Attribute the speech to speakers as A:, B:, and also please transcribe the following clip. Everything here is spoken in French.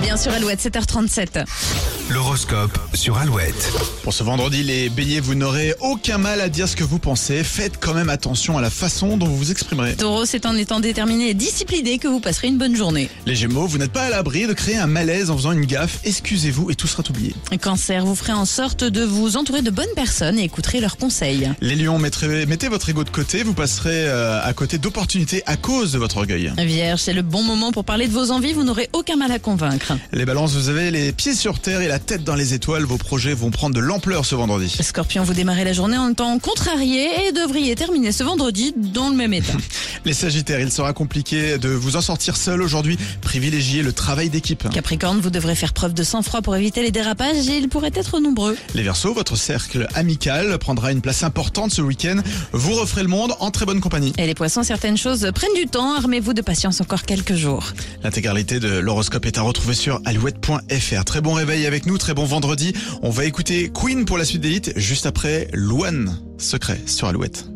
A: bien sur Alouette, 7h37.
B: L'horoscope sur Alouette.
C: Pour ce vendredi, les béliers, vous n'aurez aucun mal à dire ce que vous pensez. Faites quand même attention à la façon dont vous vous exprimerez.
A: Taureau, c'est en étant déterminé et discipliné que vous passerez une bonne journée.
C: Les gémeaux, vous n'êtes pas à l'abri de créer un malaise en faisant une gaffe. Excusez-vous et tout sera oublié.
A: Cancer, vous ferez en sorte de vous entourer de bonnes personnes et écouterez leurs conseils.
C: Les lions, mettrez- mettez votre ego de côté. Vous passerez euh, à côté d'opportunités à cause de votre orgueil.
A: Vierge, c'est le bon moment pour parler de vos envies, vous n'aurez aucun mal à convaincre.
C: Les balances, vous avez les pieds sur terre et la tête dans les étoiles. Vos projets vont prendre de l'ampleur ce vendredi.
A: Scorpion, vous démarrez la journée en étant contrarié et devriez terminer ce vendredi dans le même état.
C: Les sagittaires, il sera compliqué de vous en sortir seul aujourd'hui. Privilégiez le travail d'équipe.
A: Capricorne, vous devrez faire preuve de sang-froid pour éviter les dérapages et ils pourraient être nombreux.
C: Les Verseaux, votre cercle amical prendra une place importante ce week-end. Vous referez le monde en très bonne compagnie.
A: Et les poissons, certaines choses prennent du temps, armez-vous de patience encore quelques jours.
C: L'intégralité de l'horoscope est à retrouver sur alouette.fr. Très bon réveil avec nous, très bon vendredi. On va écouter Queen pour la suite des hits, juste après Loane Secret sur Alouette.